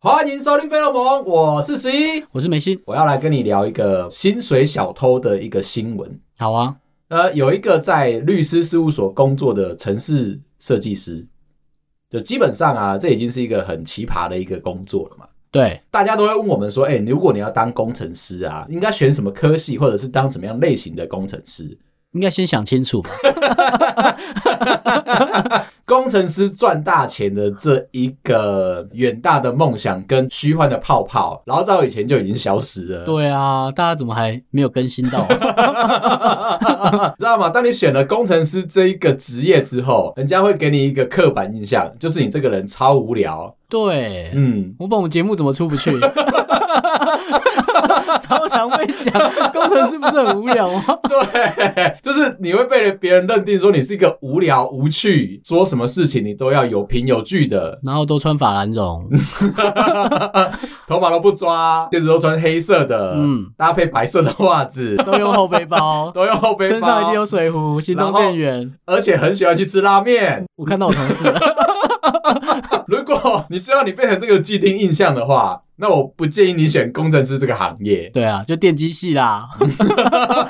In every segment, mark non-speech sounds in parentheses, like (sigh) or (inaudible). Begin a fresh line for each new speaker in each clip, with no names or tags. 欢迎收听《飞洛蒙》，我是十一，
我是梅西。
我要来跟你聊一个薪水小偷的一个新闻。
好啊，
呃，有一个在律师事务所工作的城市设计师，就基本上啊，这已经是一个很奇葩的一个工作了嘛。
对，
大家都会问我们说，哎、如果你要当工程师啊，应该选什么科系，或者是当什么样类型的工程师？
应该先想清楚吧。
工程师赚大钱的这一个远大的梦想跟虚幻的泡泡，老早以前就已经消失了。
对啊，大家怎么还没有更新到、 (laughs)
知道吗？当你选了工程师这一个职业之后，人家会给你一个刻板印象，就是你这个人超无聊。
对，
嗯，
我本我节目怎么出不 (laughs) 去？超常被讲，工程师不是很无聊吗？
(laughs) 对， (laughs) 就是你会被别人认定说你是一个无聊无趣，做什么事情你都要有凭有据的，
(laughs) 然后都穿法兰绒，
头发都不抓，鞋子都穿黑色的，
嗯
搭配白色的袜子，
(laughs)
(laughs)
都用 (laughs) 后背包，
都用后背包，
身上一定有水壶、行动电源。
而且很喜欢去吃拉面。 (laughs)
我看到我同事了，
如果你希望你变成这个既定印象的话，那我不建议你选工程师这个行业
(laughs) 对啊，就电机系啦， (laughs)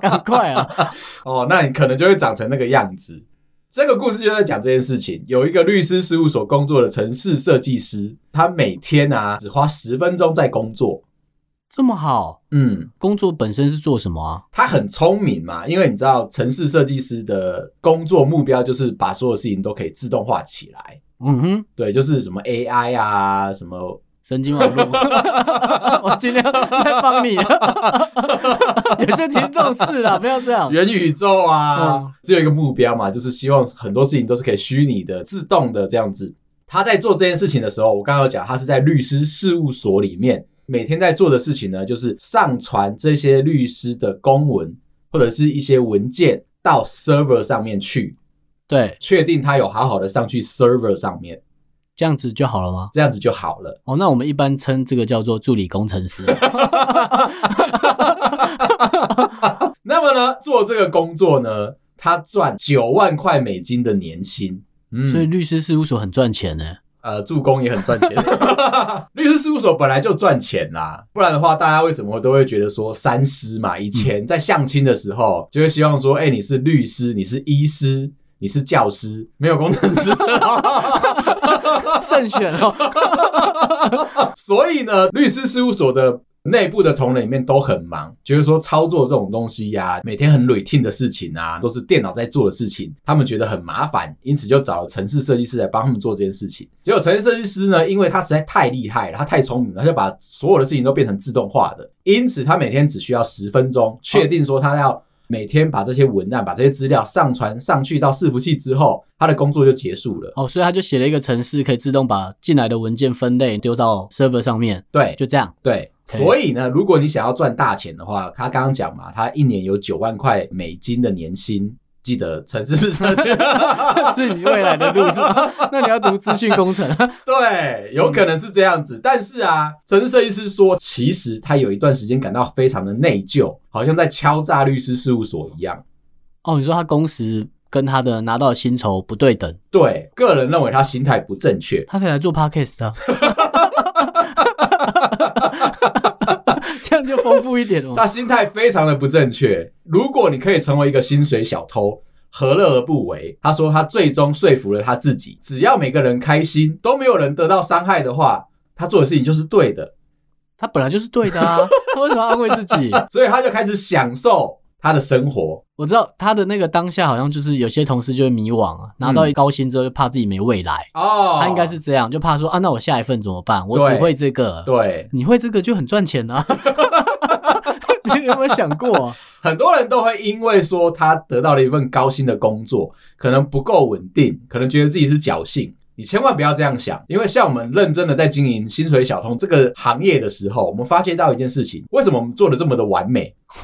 赶快啊！
哦，那你可能就会长成那个样子。这个故事就在讲这件事情。有一个律师事务所工作的城市设计师，他每天啊只花十分钟在工作。
这么好，
嗯，
工作本身是做什么啊？
他很聪明嘛，因为你知道城市设计师的工作目标就是把所有事情都可以自动化起来。
嗯哼，
对，就是什么 AI 啊，什么
神经网络， (laughs) 我尽量在帮 (laughs) 你。有些听众是啦，不要这样。
元宇宙啊
哦嗯，
只有一个目标嘛，就是希望很多事情都是可以虚拟的、自动的这样子。他在做这件事情的时候，我刚刚有讲，他是在律师事务所里面每天在做的事情呢，就是上传这些律师的公文或者是一些文件到 server 上面去，
对，
确定他有好好的上去 server 上面，
这样子就好了吗？
这样子就好了。
哦，那我们一般称这个叫做助理工程师。啊
那么呢，做这个工作呢，他赚九万块美金的年薪，嗯
所以律师事务所很赚钱呢。
呃，助攻也很赚钱。律师事务所本来就赚钱啦，不然的话，大家为什么都会觉得说三师嘛？以前在相亲的时候，就会希望说，哎、你是律师，你是医师。你是教师，没有工程师，
慎选哦。
所以呢，律师事务所的内部的同仁里面都很忙，觉得说操作这种东西呀、每天很 routine 的事情啊，都是电脑在做的事情，他们觉得很麻烦，因此就找了城市设计师来帮他们做这件事情。结果城市设计师呢，因为他实在太厉害了，他太聪明了，他就把所有的事情都变成自动化的，因此他每天只需要十分钟，确定说他要。每天把这些文案、把这些资料上传上去到伺服器之后，他的工作就结束了。
(laughs) 哦，所以他就写了一个程式，可以自动把进来的文件分类丢到 server 上面，
对，
就这样。
对，
Okay
所以呢，如果你想要赚大钱的话，他刚刚讲嘛，他一年有九万块美金的年薪，记得城市是
是你未来的路是 (laughs) 吗？那你要读资讯工程，
对，有可能是这样子。但是啊，城市设计师说，其实他有一段时间感到非常的内疚，好像在敲诈律师事务所一样。
哦，你说他工时跟他的拿到的薪酬不对等，
对，个人认为他心态不正确，
他可以来做 podcast 啊， (laughs) 这样就丰富一点哦。
他心态非常的不正确。如果你可以成为一个薪水小偷，何乐而不为？他说他最终说服了他自己，只要每个人开心，都没有人得到伤害的话，他做的事情就是对的。
他本来就是对的啊，他为什么要安慰自己？
所以他就开始享受他的生活。
我知道他的那个当下好像就是有些同事就会迷惘啊，拿到一高薪之后就怕自己没未来，
哦
他应该是这样，就怕说啊，那我下一份怎么办？我只
对
会这个，
对，
你会这个就很赚
(laughs)
钱啊。你有没有想过、啊？
很多人都会因为说他得到了一份高薪的工作，可能不够稳定，可能觉得自己是侥幸。你千万不要这样想，因为像我们认真的在经营薪水小通这个行业的时候，我们发现到一件事情：为什么我们做的这么的完美？
(laughs)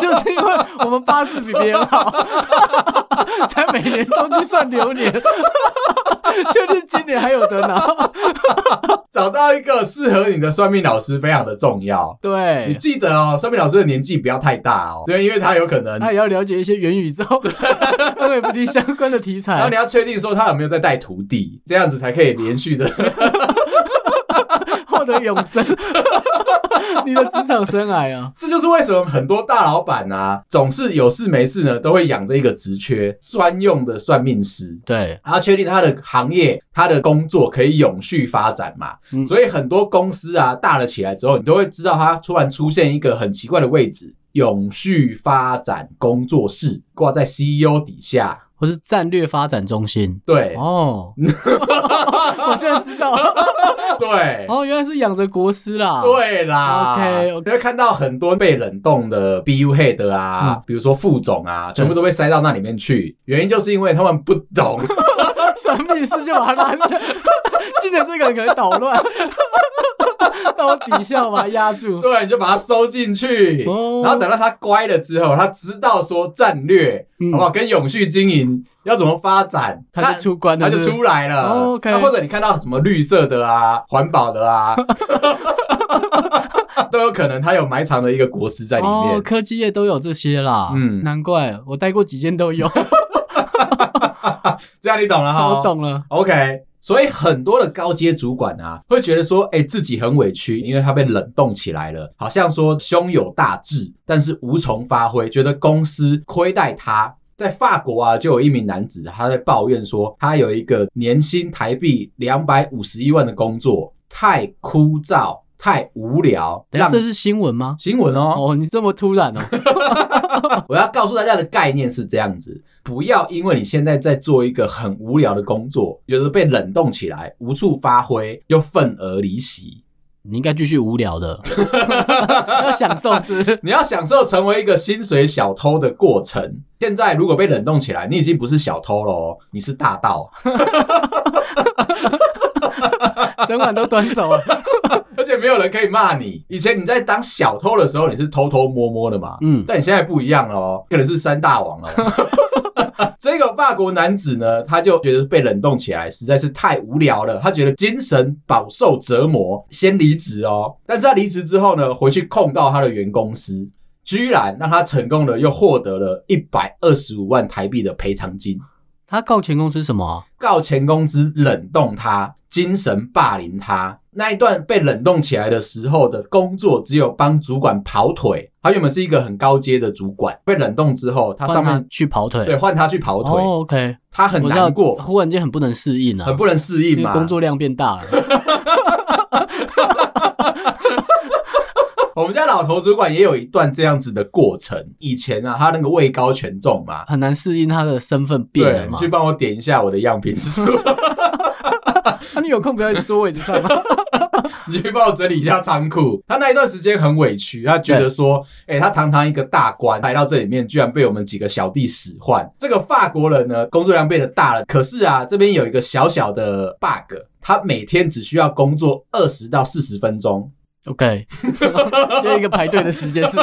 就是因为我们八字比别人好， (laughs) 才每 (laughs) 年都去算流年，确定今年还有得拿。
找到一个适合你的算命老师非常的重要。你
对，
记得哦，算命老师的年纪不要太大哦，对，因为他有可能，
他也要了解一些元宇 (laughs) 宙、NFT 相关的题
然后
材
你，要确定说他有没有在带徒弟，这样子才可以连续的
获得永生。 (laughs) 你的职场生涯啊，
这就是为什么很多大老板啊，总是有事没事呢，都会养着一个职缺，专用的算命师。
对，
然后确定他的行业、他的工作可以永续发展嘛？
嗯
所以很多公司啊大了起来之后，你都会知道它突然出现一个很奇怪的位置——永续发展工作室，挂在 CEO 底下。
或是战略发展中心。
对、
哦， (laughs) 我现在知道了，
对、
哦，原来是养着国师啦。，
对啦
啊 OK，OK
你会看到很多被冷冻的 BU head
嗯
啊，比如说副总啊，全部都被塞到那里面去。原因就是因为他们不
(laughs)
懂。
算命师就把他拉下， (laughs) 进了这个人可能捣乱，到底下把他压住。
对，你就把它收进去，
哦
然后等到它乖了之后，它知道说战略、
嗯
好不好，跟永续经营要怎么发展，
他就出关
它
了，
就是
不
出来了。
哦，OK
那或者你看到什么绿色的啊、环保的
(laughs)
啊， (laughs) 都有可能它有埋藏的一个国师在
是
里面。
哦，科技业都有这些啦，
嗯
嗯，难怪我待过几间都有，
这样你懂了哈？
我懂了，
OK，所以很多的高阶主管啊，会觉得说，哎、自己很委屈，因为他被冷冻起来了，好像说哎胸有大志，但是无从发挥，觉得公司亏待他。在法国啊，就有一名男子，他在抱怨说，他有一个年薪台币两百五十一万的工作，太枯燥、太无聊，
等一下
让
哎这是新闻吗？
新闻哦，
哦，你这么突然哦，
我要告诉大家的概念是这样子：不要因为你现在在做一个很无聊的工作，觉得被冷冻起来，无处发挥，就愤而离席。
你应该继续无聊
(laughs)
的，要享受是不是
你要享受成为一个薪水小偷的过程。现在如果被冷冻起来，你已经不是小偷了哦，你是大盗，
整晚都端走了，
(laughs) 而且没有人可以骂你。以前你在当小偷的时候，你是偷偷摸摸的嘛，
嗯，
但你现在不一样了哦，可能是三大王哦。 (laughs) 这个法国男子呢，他就觉得被冷冻起来实在是太无聊了，他觉得精神饱受折磨，先离职哦。但是他离职之后呢，回去控告他的原公司，居然让他成功的又获得了一百二十五万台币的赔偿金，
他告前公司什么啊？
告前公司冷冻他，精神霸凌他。那一段被冷冻起来的时候的工作，只有帮主管跑腿。他原本是一个很高阶的主管，被冷冻之后，他
他
上面
去跑腿，
对换他去跑腿，
哦，OK，
他很
我知道
难过，
忽然间很不能适应啊，
很不能适应
因为
嘛。
工作量变大了，
我们家老头主管也有一段这样子的过程。以前啊，他那个位高权重嘛，
很难适应他的身份变
对
了
你
嘛
去。帮我点一下我的样品是什么？
那啊你有空不要坐位置上吗？
你去帮我整理一下仓库。他那一段时间很委屈，他觉得说，哎、他堂堂一个大官来到这里面，居然被我们几个小弟使唤。这个法国人呢，工作量变得大了，可是啊，这边有一个小小的 bug，他每天只需要工作二十到四十分钟。
(laughs)
(laughs)
OK，就一个排队的时间是，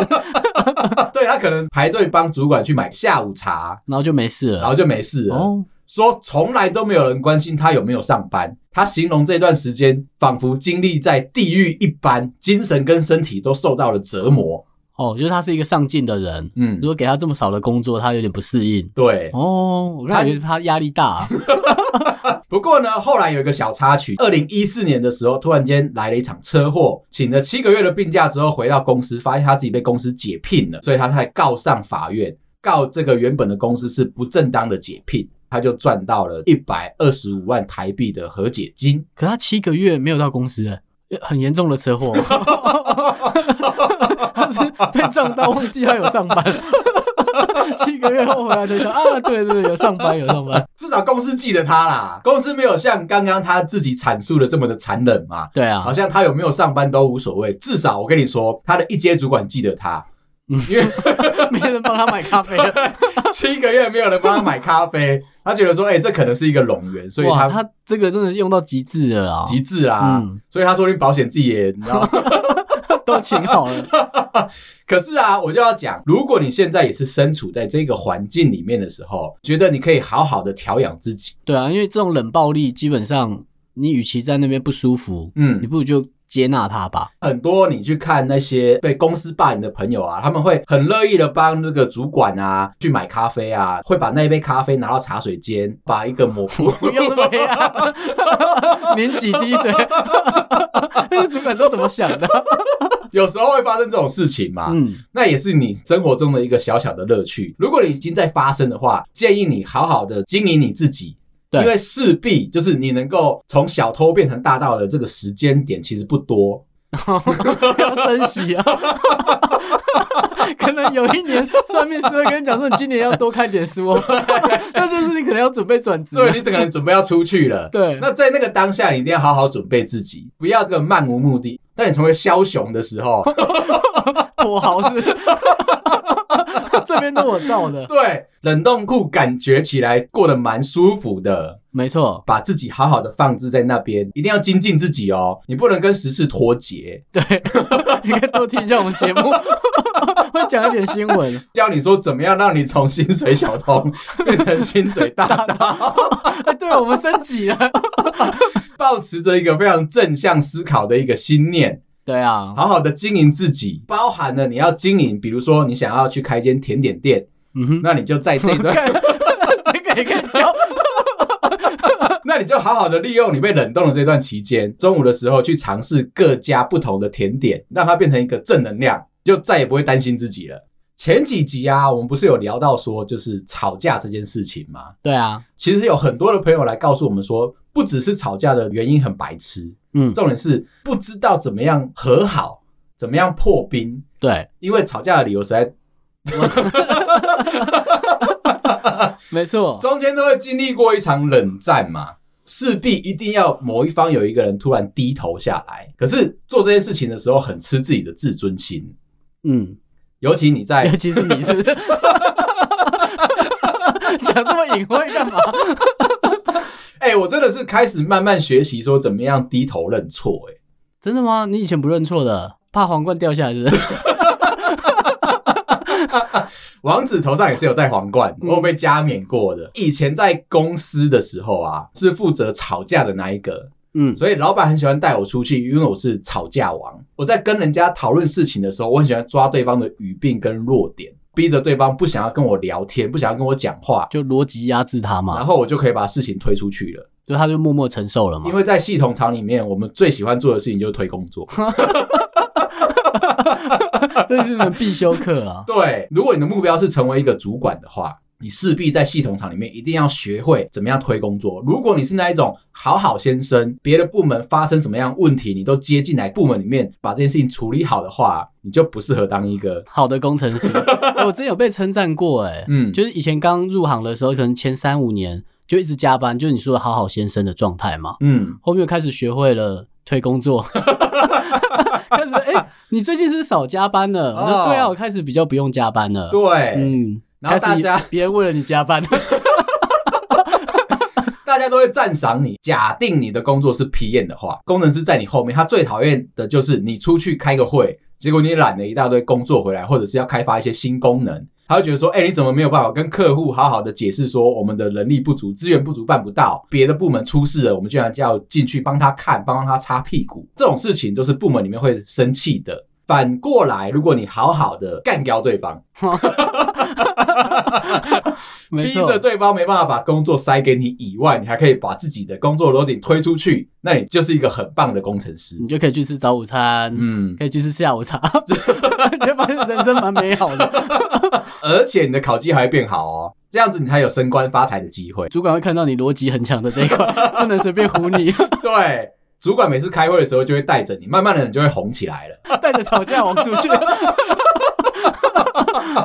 对他可能排队帮主管去买下午茶，
(laughs) 然后就没事
然
了。
后就没事了。
哦，
说从来都没有人关心他有没有上班。他形容这段时间仿佛经历在地狱一般，精神跟身体都受到了折磨。
哦，就是他是一个上进的人，
嗯
如，果给他这么少的工作，他有点不适应。
对，
哦，我感觉他压力大、啊，
不过呢，后来有一个小插曲，二零一四年的时候，突然间来了一场车祸，请了七个月的病假之后，回到公司，发现他自己被公司解聘了，所以他才告上法院，告这个原本的公司是不正当的解聘，他就赚到了一百二十五万台币的和解金。
可他七个月没有到公司、欸，很严重的
(laughs)
车祸，他是被撞到忘记他有上班。 (laughs) 七个月后回来才想啊，对对对，有上班有上班，
至少公司记得他啦，公司没有像刚刚他自己阐述的这么的残忍嘛，
对啊
好，像他有没有上班都无所谓，至少我跟你说，他的一阶主管记得他，因为。
(laughs) 没人帮他买咖啡了。
(laughs) 七个月没有人帮他买咖啡，他觉得说，哎、这可能是一个冗员，所以
哇，
他
他这个真的是用到极致了啊，
极致啦。
嗯
所以他说你保险自己也，你知道。
(laughs) 都请好了。 (laughs)
可是啊，我就要讲，如果你现在也是身处在这个环境里面的时候，觉得你可以好好的调养自己，
对啊，因为这种冷暴力基本上你与其在那边不舒服，
嗯
你，不如就接纳他吧。
很多你去看那些被公司霸凌的朋友啊，他们会很乐意的帮那个主管啊去买咖啡啊，会把那一杯咖啡拿到茶水间，把一个抹布 (laughs)
不用那么黑啊暗，连几滴水， (laughs) 那主管都怎么想的？
有时候会发生这种事情嘛，
嗯，
那也是你生活中的一个小小的乐趣。如果你已经在发生的话，建议你好好的经营你自己。
对
因为势必就是你能够从小偷变成大盗的这个时间点其实不多，
要珍惜啊。 (laughs) 可能有一年算命师会跟你讲说，你今年要多看点书
(laughs)
哦，那就是你可能要准备转职了。啊
对你整个人准备要出去了。
(laughs) 对
那在那个当下，你一定要好好准备自己，不要个漫无目的。当你成为枭雄的时
(laughs)
候，
土豪是， (laughs) 这边都我造的，
对冷冻库感觉起来过得蛮舒服的。
没错，
把自己好好的放置在那边，一定要精进自己哦，你不能跟时事脱节。
对， (laughs) 你可以多听一下我们节目， (laughs) 会讲一点新闻，
教你说怎么样让你从薪水小偷 (laughs) 变成薪水大盗，
哎，对我们升级了，
保持着一个非常正向思考的一个心念，
对啊，
好好的经营自己，包含了你要经营，比如说你想要去开一间甜点店，
嗯 (laughs) 哼，
那你就在这一
(laughs)
段， (laughs)
这个也可以教，
那你就好好的利用你被冷冻的这段期间，中午的时候去尝试各家不同的甜点，让它变成一个正能量，就再也不会担心自己了。前几集啊，我们不是有聊到说，就是吵架这件事情吗？
对啊，
其实有很多的朋友来告诉我们说，不只是吵架的原因很白痴，
嗯，
重点是不知道怎么样和好，怎么样破冰，
对，
因为吵架的理由实在
没错，
中间都会经历过一场冷战嘛，势必一定要某一方有一个人突然低头下来。可是做这件事情的时候，很吃自己的自尊心，
嗯，
尤其你在
(laughs) 尤其是你是。讲这么隐晦干嘛？
哎、我真的是开始慢慢学习说怎么样低头认错、哎，
真的吗？你以前不认错的，怕皇冠掉下来是不是？
王子头上也是有戴皇冠，我有被加冕过的。以前在公司的时候啊，是负责吵架的那一个，
嗯，
所以老板很喜欢带我出去，因为我是吵架王。我在跟人家讨论事情的时候，我很喜欢抓对方的语病跟弱点，逼着对方不想要跟我聊天，不想要跟我讲话，
就逻辑压制他
然
嘛，
后我就可以把事情推出去了。
就他就默默承受了嘛
因。为在系统厂里面，我们最喜欢做的事情就是推工作。！
这是你们必修课啊
对，如果你的目标是成为一个主管的话，你势必在系统厂里面一定要学会怎么样推工作。如果你是那一种好好先生，别的部门发生什么样的问题，你都接进来部门里面把这件事情处理好的话，你就不适合当一个
好的工程师， (laughs) 哎我真有被称赞过哎、
嗯
就是以前刚入行的时候，可能前三五年就一直加班，就是你说的好好先生的状态嘛。
嗯，
后面开始学会了推工作， (laughs) 开始哎、你最近是不是少加班了？我
哦
说对啊，我开始比较不用加班了。
对，
嗯，
然后
开始
大家
别人为了你加班，
大家都会赞赏你。假定你的工作是 PM 的话，工程师在你后面，他最讨厌的就是你出去开个会，结果你揽了一大堆工作回来，或者是要开发一些新功能。他会觉得说，哎、你怎么没有办法跟客户好好的解释说我们的人力不足、资源不足办不到，别的部门出事了，我们居然要进去帮他看、帮他擦屁股，这种事情都是部门里面会生气的。反过来，如果你好好的干掉对方，
没
逼
错，
着对方没办法把工作塞给你以外，你还可以把自己的工作 loading 推出去，那你就是一个很棒的工程师。
你就可以去吃早午餐，
嗯，
可以去吃下午茶， (laughs) 你就发现人生蛮美好的。。
而且你的考绩还会变好哦，这样子你才有升官发财的机 (laughs) 会
主管会看到你逻辑很强的这一块，不能随便唬你， (laughs)
对，主管每次开会的时候就会带着你，慢慢的你就会红起来了。 (laughs)
带着吵架往出去。 (laughs)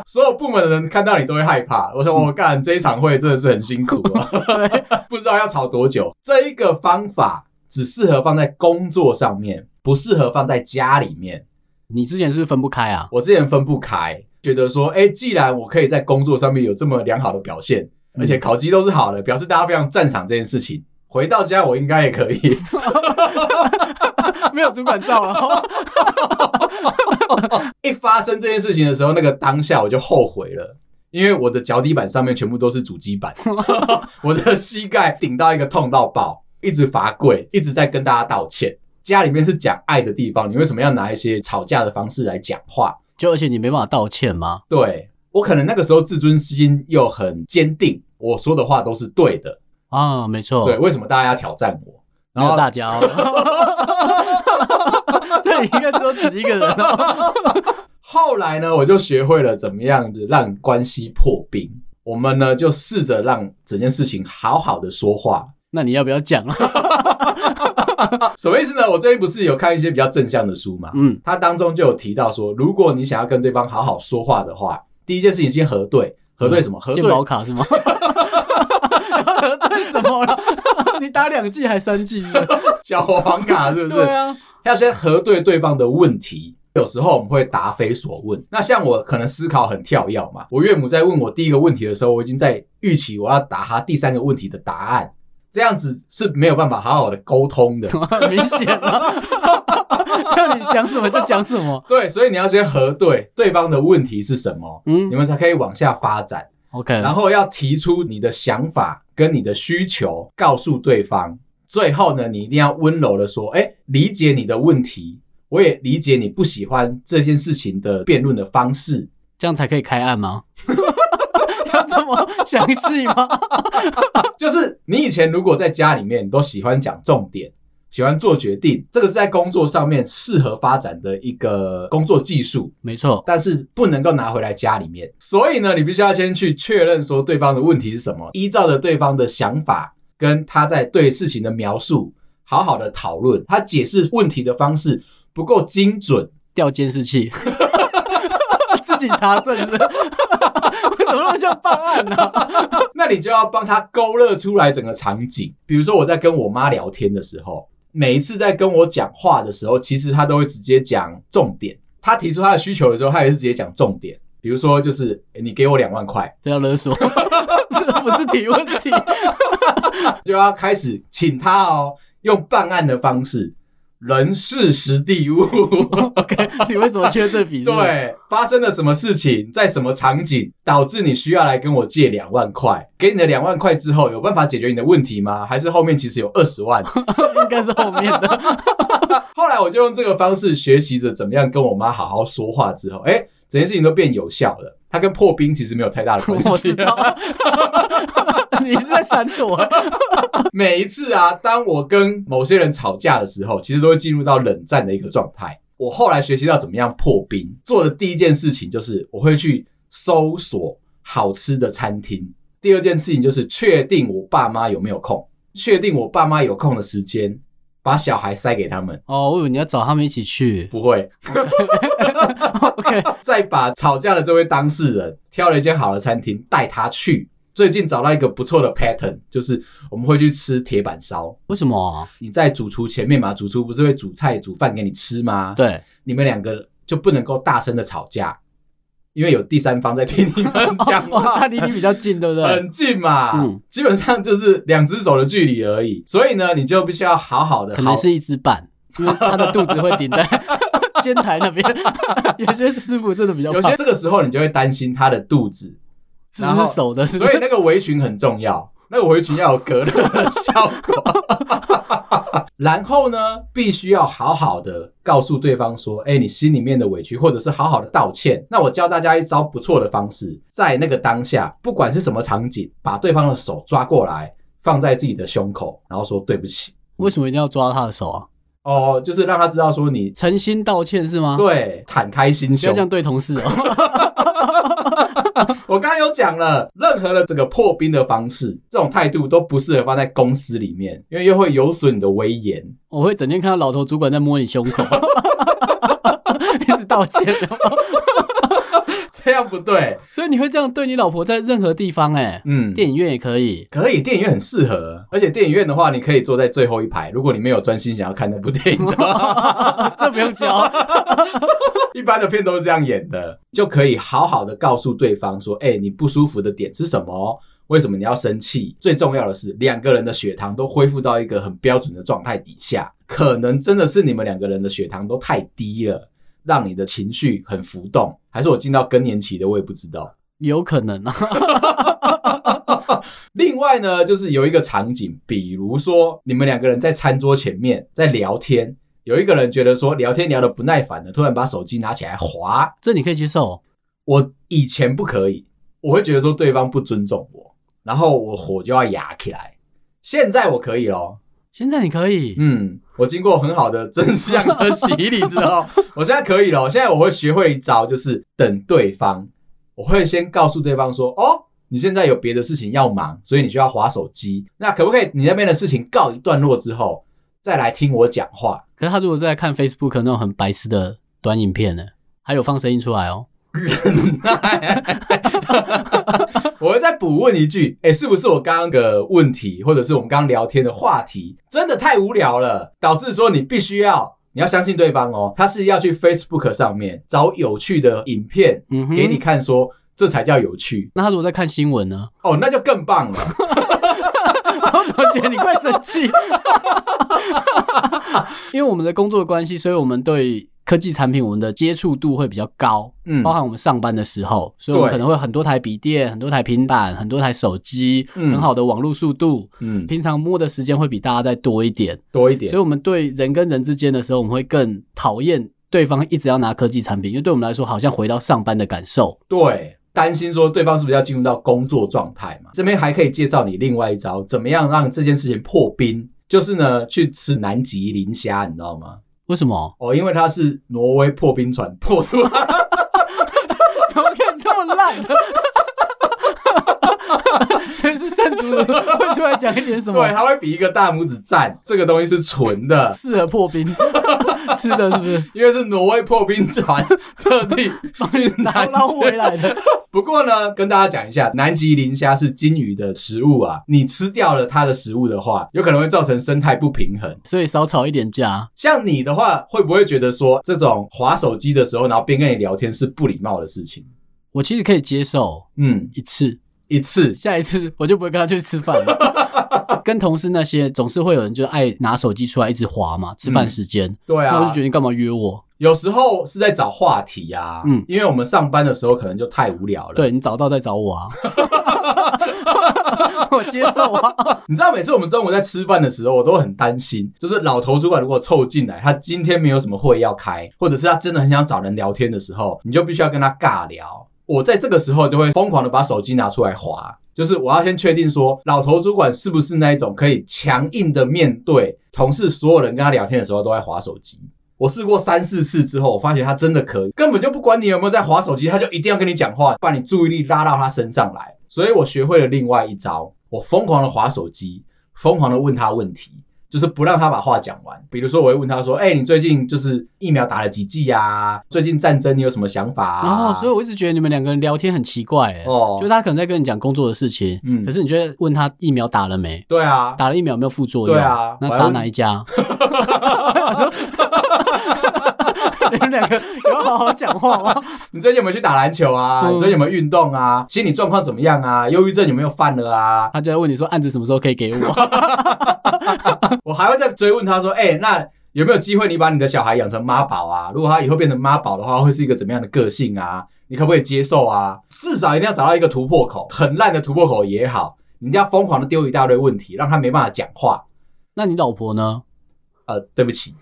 所有部门的人看到你都会害怕。我说，我、干这一场会真的是很辛苦、 (laughs) 啊，
对，
不知道要吵多久。这一个方法只适合放在工作上面，不适合放在家里面。
你之前是不是分不开啊？ (laughs)
我之前分不开，觉得说，哎、既然我可以在工作上面有这么良好的表现，
嗯
而且考绩都是好的，表示大家非常赞赏这件事情。回到家，我应该也可以。 (laughs)
没有主管照了，
一发生这件事情的时候，那个当下我就后悔了，因为我的脚底板上面全部都是主机板，我的膝盖顶到一个痛到爆。一直罚跪，一直在跟大家道歉。家里面是讲爱的地方，你为什么要拿一些吵架的方式来讲话？
就而且你没办法道歉吗？
对我可能那个时候自尊心又很坚定，我说的话都是对的。
啊，没错，
对，为什么大家要挑战我？
没
然后
有大
(laughs)
家哦，这里应该只有子一个人哦。
后来呢，我就学会了怎么样子让关系破冰。我们呢就试着让整件事情好好的说话，
那你要不要讲啊？
(laughs) 什么意思呢？我最近不是有看一些比较正向的书嘛，
嗯，
它当中就有提到说，如果你想要跟对方好好说话的话，第一件事情先核对，核对什么？核
健
对
保卡是吗？对什么了？你打两季还三季？
(laughs) 小黄卡是不是？
对啊，
要先核对对方的问题。有时候我们会答非所问。那像我可能思考很跳跃嘛，我岳母在问我第一个问题的时候，我已经在预期我要答她第三个问题的答案，这样子是没有办法好好的沟通的。
很明显啊，叫你讲什么就讲什么。
对，所以你要先核对对方的问题是什么，
嗯
你们才可以往下发展。
，OK，
然后要提出你的想法跟你的需求，告诉对方。最后呢，你一定要温柔的说：“哎、理解你的问题，我也理解你不喜欢这件事情的辩论的方式。 (laughs)
这样才可以开案吗？ (laughs) 要这么详细吗？
就是你以前如果在家里面，你都喜欢讲重点，喜欢做决定，这个是在工作上面适合发展的一个工作技术。
没错，
但是不能够拿回来家里面。所以呢，你必须要先去确认说对方的问题是什么，依照着对方的想法跟他在对事情的描述，好好的讨论。他解释问题的方式不够精准，
调监视器，自己查证的，为什么那么像办案呢、
那你就要帮他勾勒出来整个场景。比如说我在跟我妈聊天的时候，每一次在跟我讲话的时候，其实她都会直接讲重点。她提出她的需求的时候，她也是直接讲重点。比如说，就是、诶你给我两万块，
不要啊勒索，这不是提问题。
就要开始请他哦，用办案的方式，人事实地
(laughs)
物，
OK，你为什么缺这笔？是不是，
对，发生了什么事情，在什么场景导致你需要来跟我借两万块？给你的两万块之后，有办法解决你的问题吗？还是后面其实有二十
(laughs)
万？
应该是后面
(laughs)
的。
后来我就用这个方式学习着怎么样跟我妈好好说话，之后，哎、整件事情都变有效了。它跟破冰其实没有太大的关系。
(laughs) 我知道， (laughs) 你是在闪躲。
每一次啊，当我跟某些人吵架的时候，其实都会进入到冷战的一个状态。我后来学习到怎么样破冰，做的第一件事情就是我会去搜索好吃的餐厅。第二件事情就是确定我爸妈有没有空，确定我爸妈有空的时间，把小孩塞给他们。
哦，我以为你要找他们一起去。
不会，
OK，
(laughs) 再把吵架的这位当事人挑了一间好的餐厅带他去。最近找到一个不错的 pattern，就是我们会去吃铁板烧。
为什么啊？
你在主厨前面嘛，主厨不是会煮菜煮饭给你吃吗？，
对，
你们两个就不能够大声的吵架，因为有第三方在听你们讲
哦， (laughs)
话
他，离你比较近，对不对？
很近嘛，
嗯
基本上就是两只手的距离而已。所以呢，你就必须要好好的
可
好
能。是一只半，因为他的肚子会顶在 (laughs) 肩台那边。 (laughs) 有些师傅真的比较
有
胖
些，这个时候你就会担心他的肚子，
是不
然后
是手的？是
(laughs)
不
所以
是？
那个围裙很重要，那个围裙要有隔热的效果。 (laughs) 然后呢，必须要好好的告诉对方说，哎、你心里面的委屈，或者是好好的道歉。那我教大家一招不错的方式，在那个当下，不管是什么场景，把对方的手抓过来，放在自己的胸口，然后说对不起。
为什么一定要抓他的手啊？
哦，就是让他知道说你
诚心道歉是吗？
对敞开心
不
胸
要这。样对同事哦。
我刚刚有讲了，任何的这个破冰的方式，这种态度都不适合放在公司里面，因为又会有损你的威严。
(laughs)
(laughs)
我会整天看到老头主管在摸你胸口， (laughs) 一直道歉。
这样不对。
所以你会这样对你老婆在任何地方、哎、
嗯，
电影院也可以。
可以，电影院很适合，而且电影院的话，你可以坐在最后一排。如果你没有专心想要看那部电影的话，
(laughs) 这不用教，
一般的片都是这样演的，就可以好好的告诉对方说：“哎、你不舒服的点是什么？为什么你要生气？最重要的是，两个人的血糖都恢复到一个很标准的状态底下，可能真的是你们两个人的血糖都太低了，让你的情绪很浮动，还是我进到更年期的，我也不知道。
有可能啊，
另外呢，就是有一个场景，比如说你们两个人在餐桌前面在聊天，有一个人觉得说聊天聊得不耐烦了，突然把手机拿起来划。
这你可以接受。
我以前不可以，我会觉得说对方不尊重我，然后我火就要压起来。现在我可以咯，
现在你可以，
嗯，我经过很好的真相的洗礼之后，我现在可以了。现在我会学会一招，就是等对方，我会先告诉对方说：“哦，你现在有别的事情要忙，所以你需要划手机。那可不可以你那边的事情告一段落之后，再来听我讲话
可是他如果在看 Facebook 那种很白痴的短影片呢，欸还有放声音出来哦。？”
我会再补问一句：“哎、是不是我刚刚的问题，或者是我们刚刚聊天的话题，真的太无聊了，导致说你必须要。”你要相信对方哦，他是要去 Facebook 上面找有趣的影片
嗯哼，
给你。看说，这才叫有趣
那他如果在看新闻呢？
哦，那就更棒了。
我怎么觉得你快生
(laughs)
气？因为我们的工作关系，所以我们对科技产品我们的接触度会比较高，
嗯
包含我们上班的时候，所以我们
对
可能会有很多台笔电、很多台平板、很多台手机，
嗯
很好的网络速度。
嗯，
平常摸的时间会比大家再多一点，
多一
所
点
以，我们对人跟人之间的时候，我们会更讨厌对方一直要拿科技产品，因为对我们来说好像回到上班的感受。
对，担心说对方是不是要进入到工作状态嘛？这边还可以介绍你另外一招，怎么样让这件事情破冰？就是呢，去吃南极磷虾，你知道吗？
为什么？
哦，因为它是挪威破冰船破出来的，
(laughs) 怎么可以这么烂 (laughs) 的？所以是圣主
(laughs)
会出来讲一点什
对，
么
它会比一个大拇指赞。这个东西是纯
(laughs)
的，
适合破冰吃的，是不
(laughs)
是？
因为是挪威破冰船特
(laughs)
地去
然后
南
捞
极
回来的，
不过呢，跟大家讲一下，南极磷虾是鲸鱼的食物啊，你吃掉了它的食物的话，有可能会造成生态不平衡。
所以少吵一点架。
像你的话，会不会觉得说这种划手机的时候，然后边跟你聊天是不礼貌的事情？
我其实可以接受
嗯，
一次，
一次
下一次我就不会跟他去吃饭
(laughs)
了。跟同事那些总是会有人就爱拿手机出来一直滑嘛，吃饭时间，
对
那我就
啊
觉，得你干嘛约我？
有时候是在找话题啊，
嗯
嗯，因为我们上班的时候可能就太无聊了。，
对你找到再找
(laughs)
我啊， (laughs) 我接受啊。
你知道每次我们中午在吃饭的时候，我都很担心，就是老头主管如果凑进来，他今天没有什么会要开，或者是他真的很想找人聊天的时候，你就必须要跟他尬聊。我在这个时候就会疯狂的把手机拿出来划，就是我要先确定说老头主管是不是那一种可以强硬的面对同事所有人跟他聊天的时候都在划手机。我试过三四次之后，我发现他真的可以，根本就不管你有没有在划手机，他就一定要跟你讲话，把你注意力拉到他身上来。所以我学会了另外一招，我疯狂的划手机，疯狂的问他问题，就是不让他把话讲完。比如说，我会问他说：“哎、你最近就是疫苗打了几剂呀、最近战争你有什么想法、啊？”
然后，哦所以我一直觉得你们两个人聊天很奇怪、欸，
哦
就他可能在跟你讲工作的事情，
嗯
可是你就会问他疫苗打了没？
对啊，
打了疫苗有没有副作用？
对啊
那
我还
打
问
哪一
(laughs)
家？你们两个有好好讲话吗？ (laughs)
你最近有没有去打篮球啊？
嗯
你最近有没有运动啊？心理状况怎么样啊？忧郁症有没有犯了啊？
他就在问你说案子什么时候可以给我？ (laughs)
我还会再追问他说：“哎、那有没有机会你把你的小孩养成妈宝啊？如果他以后变成妈宝的话，会是一个怎么样的个性啊？你可不可以接受啊？至少一定要找到一个突破口，很烂的突破口也好，你一定要疯狂的丢一大堆问题，让他没办法讲话。
那你老婆呢？
呃，对不起，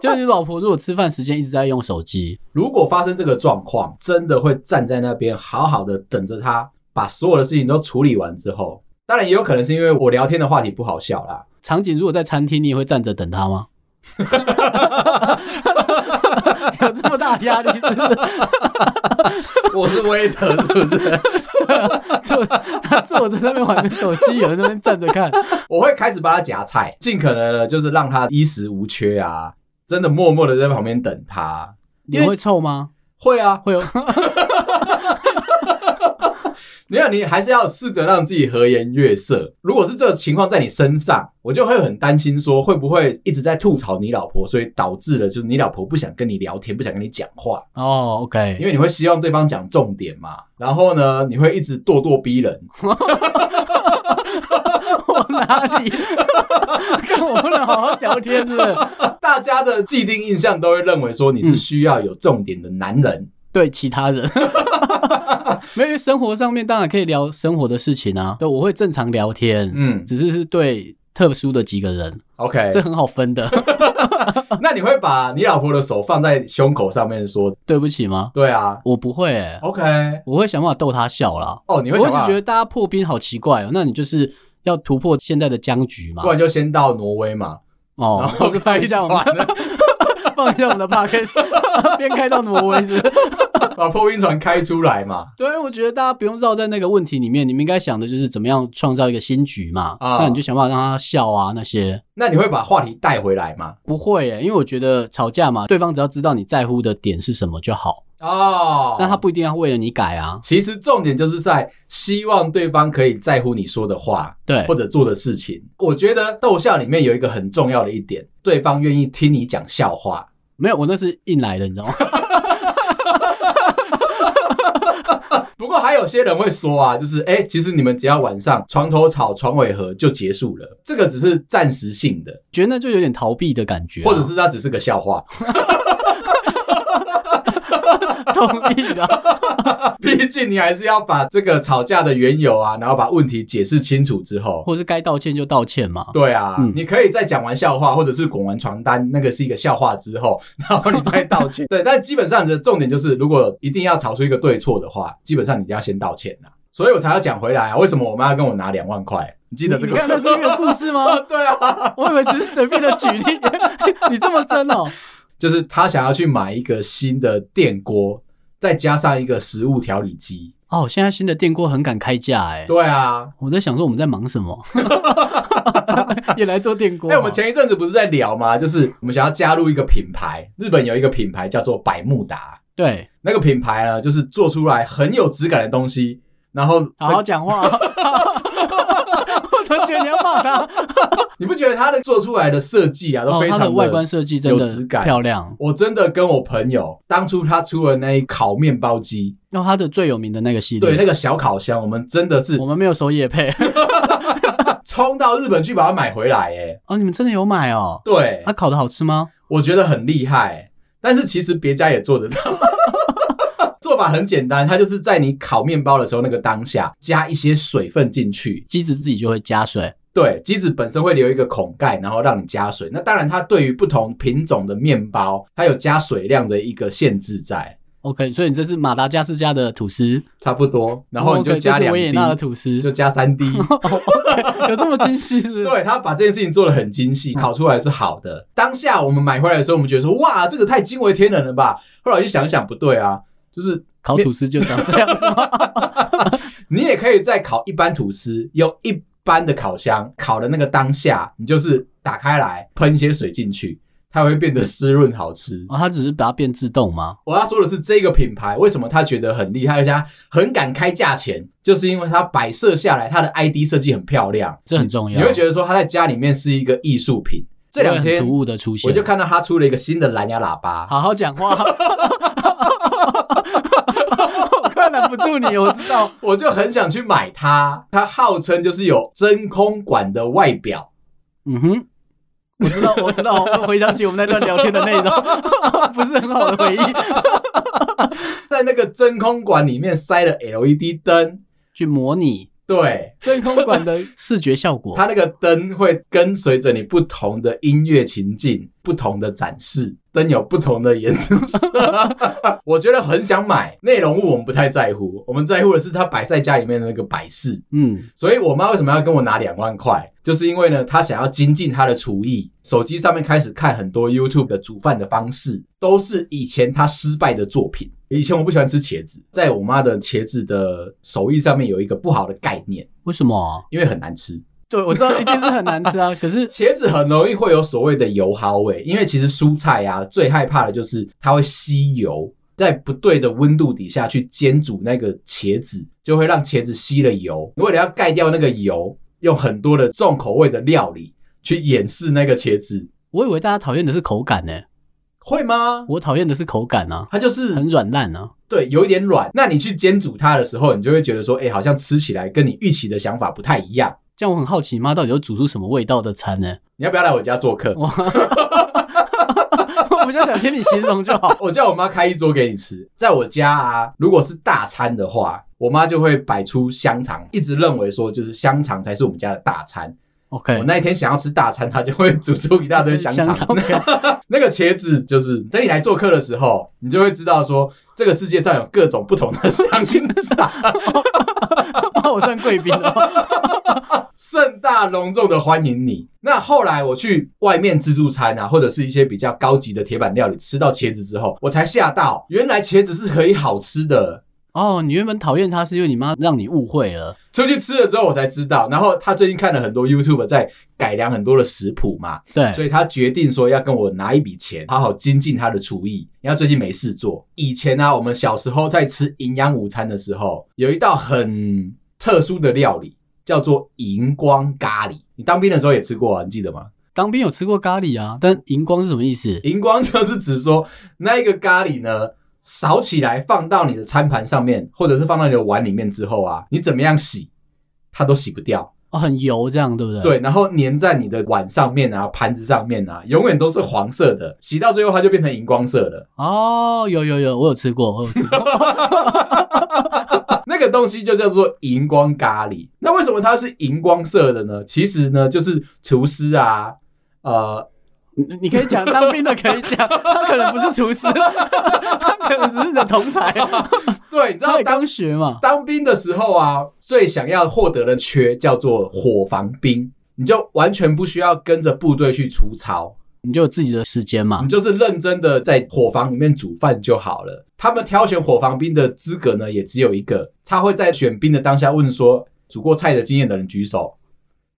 就是你老婆如果吃饭时间一直在用手机，
如果发生这个状况，真的会站在那边好好的等着他把所有的事情都处理完之后。”当然也有可能是因为我聊天的话题不好笑啦，
场景如果在餐厅，你也会站着等他吗？ (laughs) 有这么大压力是不是？
(laughs)
(laughs)
我是 waiter 是不是？
坐他坐着那边玩着手机，有人在那边站着看，
我会开始帮他夹菜，尽可能的就是让他衣食无缺啊，真的默默的在旁边等他。
你
因为
会臭吗？
会啊，
会有
(laughs) 没有你还是要试着让自己和颜悦色。如果是这个情况在你身上，我就会很担心说会不会一直在吐槽你老婆，所以导致了就是你老婆不想跟你聊天，不想跟你讲话，
哦，OK、o
因
k
为你会希望对方讲重点嘛。然后呢，你会一直咄咄逼人，
我哪 (laughs) 里？看我不能好好聊天是不是？
大家的既定印象都会认为说你是需要有重点的男人。
对其他 (laughs) 人。没有，因为生活上面当然可以聊生活的事情啊，对，我会正常聊天，
嗯
只是是对特殊的几个人，
，OK，
这很好分的。 (laughs)
那你会把你老婆的手放在胸口上面说，
对不起吗？
对啊
我不会、欸，
，OK，
我会想办法逗她笑啦。
哦，你
我
会想
一直
办法
觉得大家破冰好奇怪哦，那你就是要突破现在的僵局嘛
不？然就先到挪威嘛，
哦
然，后
或是放一下我们
开船
放一下我 (laughs) 们的 (laughs) podcast，边开到挪威是不是。
(laughs) 把破冰船开出来嘛。
对，我觉得大家不用绕在那个问题里面，你们应该想的就是怎么样创造一个新局嘛。
啊
那你就想办法让他笑啊那些。
那你会把话题带回来吗？
不会耶，因为我觉得吵架嘛，对方只要知道你在乎的点是什么就好，
哦
但他不一定要为了你改啊。
其实重点就是在希望对方可以在乎你说的话
对
或，者做的事情。我觉得逗笑里面有一个很重要的一点，对方愿意听你讲笑话。
没有，我那是硬来的，你知道吗？ (laughs)
不过还有些人会说啊，就是哎、其实你们只要晚上床头吵床尾和就结束了，这个只是暂时性的，
觉得那就有点逃避的感觉啊、
或者是它只是个笑话。 (laughs)
同意的啊。
毕竟你还是要把这个吵架的缘由啊，然后把问题解释清楚之后。
或者是该道歉就道歉嘛。
对啊，
嗯
你可以在讲完笑话，或者是滚完床单，那个是一个笑话之后， (laughs) 然后你再道
(laughs)
歉。对，但基本上的重点就是，如果一定要吵出一个对错的话，基本上你一定要先道歉啦。所以我才要讲回来啊，为什么我妈要跟我拿两万块？你记得这
你
个？
看那是一个故事吗？
(laughs)
(laughs)
对啊，
我以为只是随便的举例， (laughs) 你这么真哦。
就是她想要去买一个新的电锅，再加上一个食物调理机。
哦，现在新的电锅很敢开价哎、
对啊，
我在想说我们在忙什么， (laughs) 也来做电锅啊
哎、
嘛。
我们前一阵子不是在聊吗？就是我们想要加入一个品牌，日本有一个品牌叫做百慕达，
对，
那个品牌呢，就是做出来很有质感的东西，然后
好好讲话。啊 (laughs) 我都觉得你要骂他。
你不觉得它的做出来的设计啊，都
哦
非，
他
常
的外观设计真
有
的
质感
漂亮。
我真的跟我朋友，当初他出了那一烤面包机，
然后他的最有名的那个系列，
对那个小烤箱，我们真的是
我们没有收夜配 (laughs)
冲到日本去把它买回来、哎，
哦，你们真的有买哦？
对
它、，烤的好吃吗？
我觉得很厉害、但是其实别家也做得 (laughs) 到。做法很简单，它就是在你烤面包的时候那个当下加一些水分进去，
机子自己就会加水。
对，机子本身会留一个孔盖，然后让你加水。那当然，它对于不同品种的面包，它有加水量的一个限制在，
OK，所以你这是马达加斯加的吐司，哦
差不多。哦然后你就
OK，
加
这是
两
维也纳的
滴，
吐司，
就加三 (laughs) 滴。
(laughs) 有这么精细是不是？
对，它把这件事情做得很精细，烤出来是好的。当下我们买回来的时候，我们觉得说，哇，这个太惊为天人了吧。后来我就想一想，不对啊，就是
烤吐司就长这样子 (laughs) 吗？
你也可以在烤一般吐司，用一般的烤箱烤的那个当下，你就是打开来喷一些水进去，它会变得湿润好吃。
哦，它只是把它变自动吗？
我要说的是，这个品牌为什么他觉得很厉害，而且他很敢开价钱，就是因为它摆设下来，它的 ID 设计很漂亮，
这很重要。
你会觉得说它在家里面是一个艺术品。这两
会很
天
突兀的出现，
我就看到他出了一个新的蓝牙喇叭，
好好讲话。我快拦不住你，我知道。
我就很想去买它。它号称就是有真空管的外表，
嗯哼，我知道，我知道。我回想起我们那段聊天的内容， (laughs) 不是很好的回忆。
在那个真空管里面塞了 LED 灯，
去模拟
对，
真空管的视觉效果，
它那个灯会跟随着你不同的音乐情境、不同的展示，灯有不同的颜色。 (laughs) 我觉得很想买，内容物我们不太在乎，我们在乎的是它摆在家里面的那个摆饰。
嗯，
所以我妈为什么要跟我拿两万块？就是因为呢，她想要精进她的厨艺。手机上面开始看很多 YouTube 的煮饭的方式，都是以前她失败的作品。以前我不喜欢吃茄子，在我妈的茄子的手艺上面有一个不好的概念，
为什么啊？
因为很难吃。
对，我知道一定是很难吃 (laughs) 啊。可是
茄子很容易会有所谓的油耗味，因为其实蔬菜啊最害怕的就是它会吸油，在不对的温度底下去煎煮那个茄子，就会让茄子吸了油。为了要盖掉那个油，用很多的重口味的料理去掩饰那个茄子，
我以为大家讨厌的是口感呢、
会吗？
我讨厌的是口感啊，
它就是
很软烂啊。
对，有一点软。那你去煎煮它的时候，你就会觉得说，哎、好像吃起来跟你预期的想法不太一样。
这样我很好奇， (laughs) 妈到底有煮出什么味道的餐呢？
你要不要来我家做客？
哇，比较想听你形容就好。
我叫我妈开一桌给你吃，在我家啊，如果是大餐的话，我妈就会摆出香肠，一直认为说就是香肠才是我们家的大餐。
(laughs) OK，
我那一天想要吃大餐，她就会煮出一大堆香肠。
片
那个茄子就是等你来做客的时候，你就会知道说这个世界上有各种不同的香肠。
(laughs) 我算贵宾了。
盛大隆重的欢迎你。那后来我去外面自助餐啊，或者是一些比较高级的铁板料理，吃到茄子之后，我才吓到，原来茄子是可以好吃的。
哦，你原本讨厌他是因为你妈让你误会了。
出去吃了之后，我才知道。然后他最近看了很多 YouTube 在改良很多的食谱嘛，
对，
所以他决定说要跟我拿一笔钱，好好精进他的厨艺。因为他最近没事做。以前呢、啊，我们小时候在吃营养午餐的时候，有一道很特殊的料理叫做荧光咖喱。你当兵的时候也吃过啊，你记得吗？
当兵有吃过咖喱啊，但荧光是什么意思？
荧光就是指说那一个咖喱呢。扫起来放到你的餐盘上面，或者是放到你的碗里面之后啊，你怎么样洗，它都洗不掉。
哦，很油这样，对不对？，
对，然后粘在你的碗上面啊、盘子上面啊，永远都是黄色的，洗到最后它就变成荧光色了。
哦，有有有，我有吃过，我有吃过。 (laughs)
那个东西就叫做荧光咖喱。那为什么它是荧光色的呢？其实呢，就是厨师啊，呃，
你你可以讲当兵的可以讲，他可能不是厨师，他可能只是你的同
(laughs)
才，
对，你知
他
道
也
当
刚学嘛。
当兵的时候啊，最想要获得的缺叫做伙房兵，你就完全不需要跟着部队去出操。
你就有自己的时间嘛
(laughs) 你。就是认真的在伙房里面煮饭就好了。他们挑选伙房兵的资格呢，也只有一个，他会在选兵的当下问说，煮过菜的经验的人举手，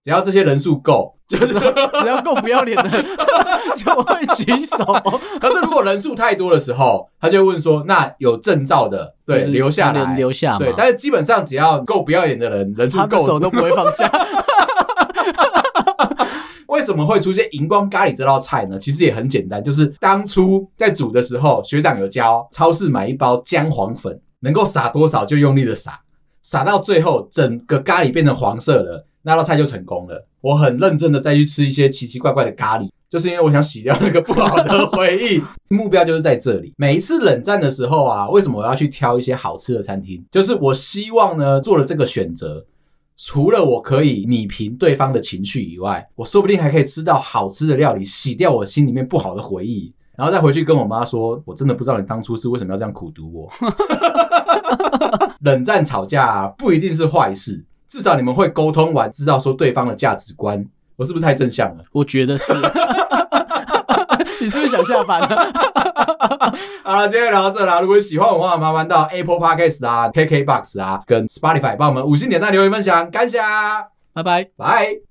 只要这些人数够，就是。
只要够不要脸的 (laughs) 就会举手。
可是如果人数太多的时候，他就会问说，那有证照的，对，
就是
留下
他
来
连。留下嘛。
对，但是基本上只要够不要脸的人，人数
他的手
够，
都不会放下。
为什么会出现荧光咖喱这道菜呢？其实也很简单，就是当初在煮的时候，学长有教，超市买一包姜黄粉，能够撒多少就用力的撒，撒到最后整个咖喱变成黄色了，那道菜就成功了。我很认真的再去吃一些奇奇怪怪的咖喱。就是因为我想洗掉那个不好的回忆， (laughs) 目标就是在这里。每一次冷战的时候啊，为什么我要去挑一些好吃的餐厅？就是我希望呢，做了这个选择，除了我可以拟平对方的情绪以外，我说不定还可以吃到好吃的料理，洗掉我心里面不好的回忆，然后再回去跟我妈说，我真的不知道你当初是为什么要这样苦读我。 (laughs) 冷战吵架、啊、不一定是坏事，至少你们会沟通完，知道说对方的价值观。我是不是太正向了？ (laughs)
我觉得是。 (laughs) 你是不是想下啊班了？
好了，今天聊到这啦。如果喜欢我的话，麻烦到 Apple Podcast 啊、KKBox 啊、跟 Spotify 帮我们五星点赞、留言、分享，感谢啊，
拜拜。
拜。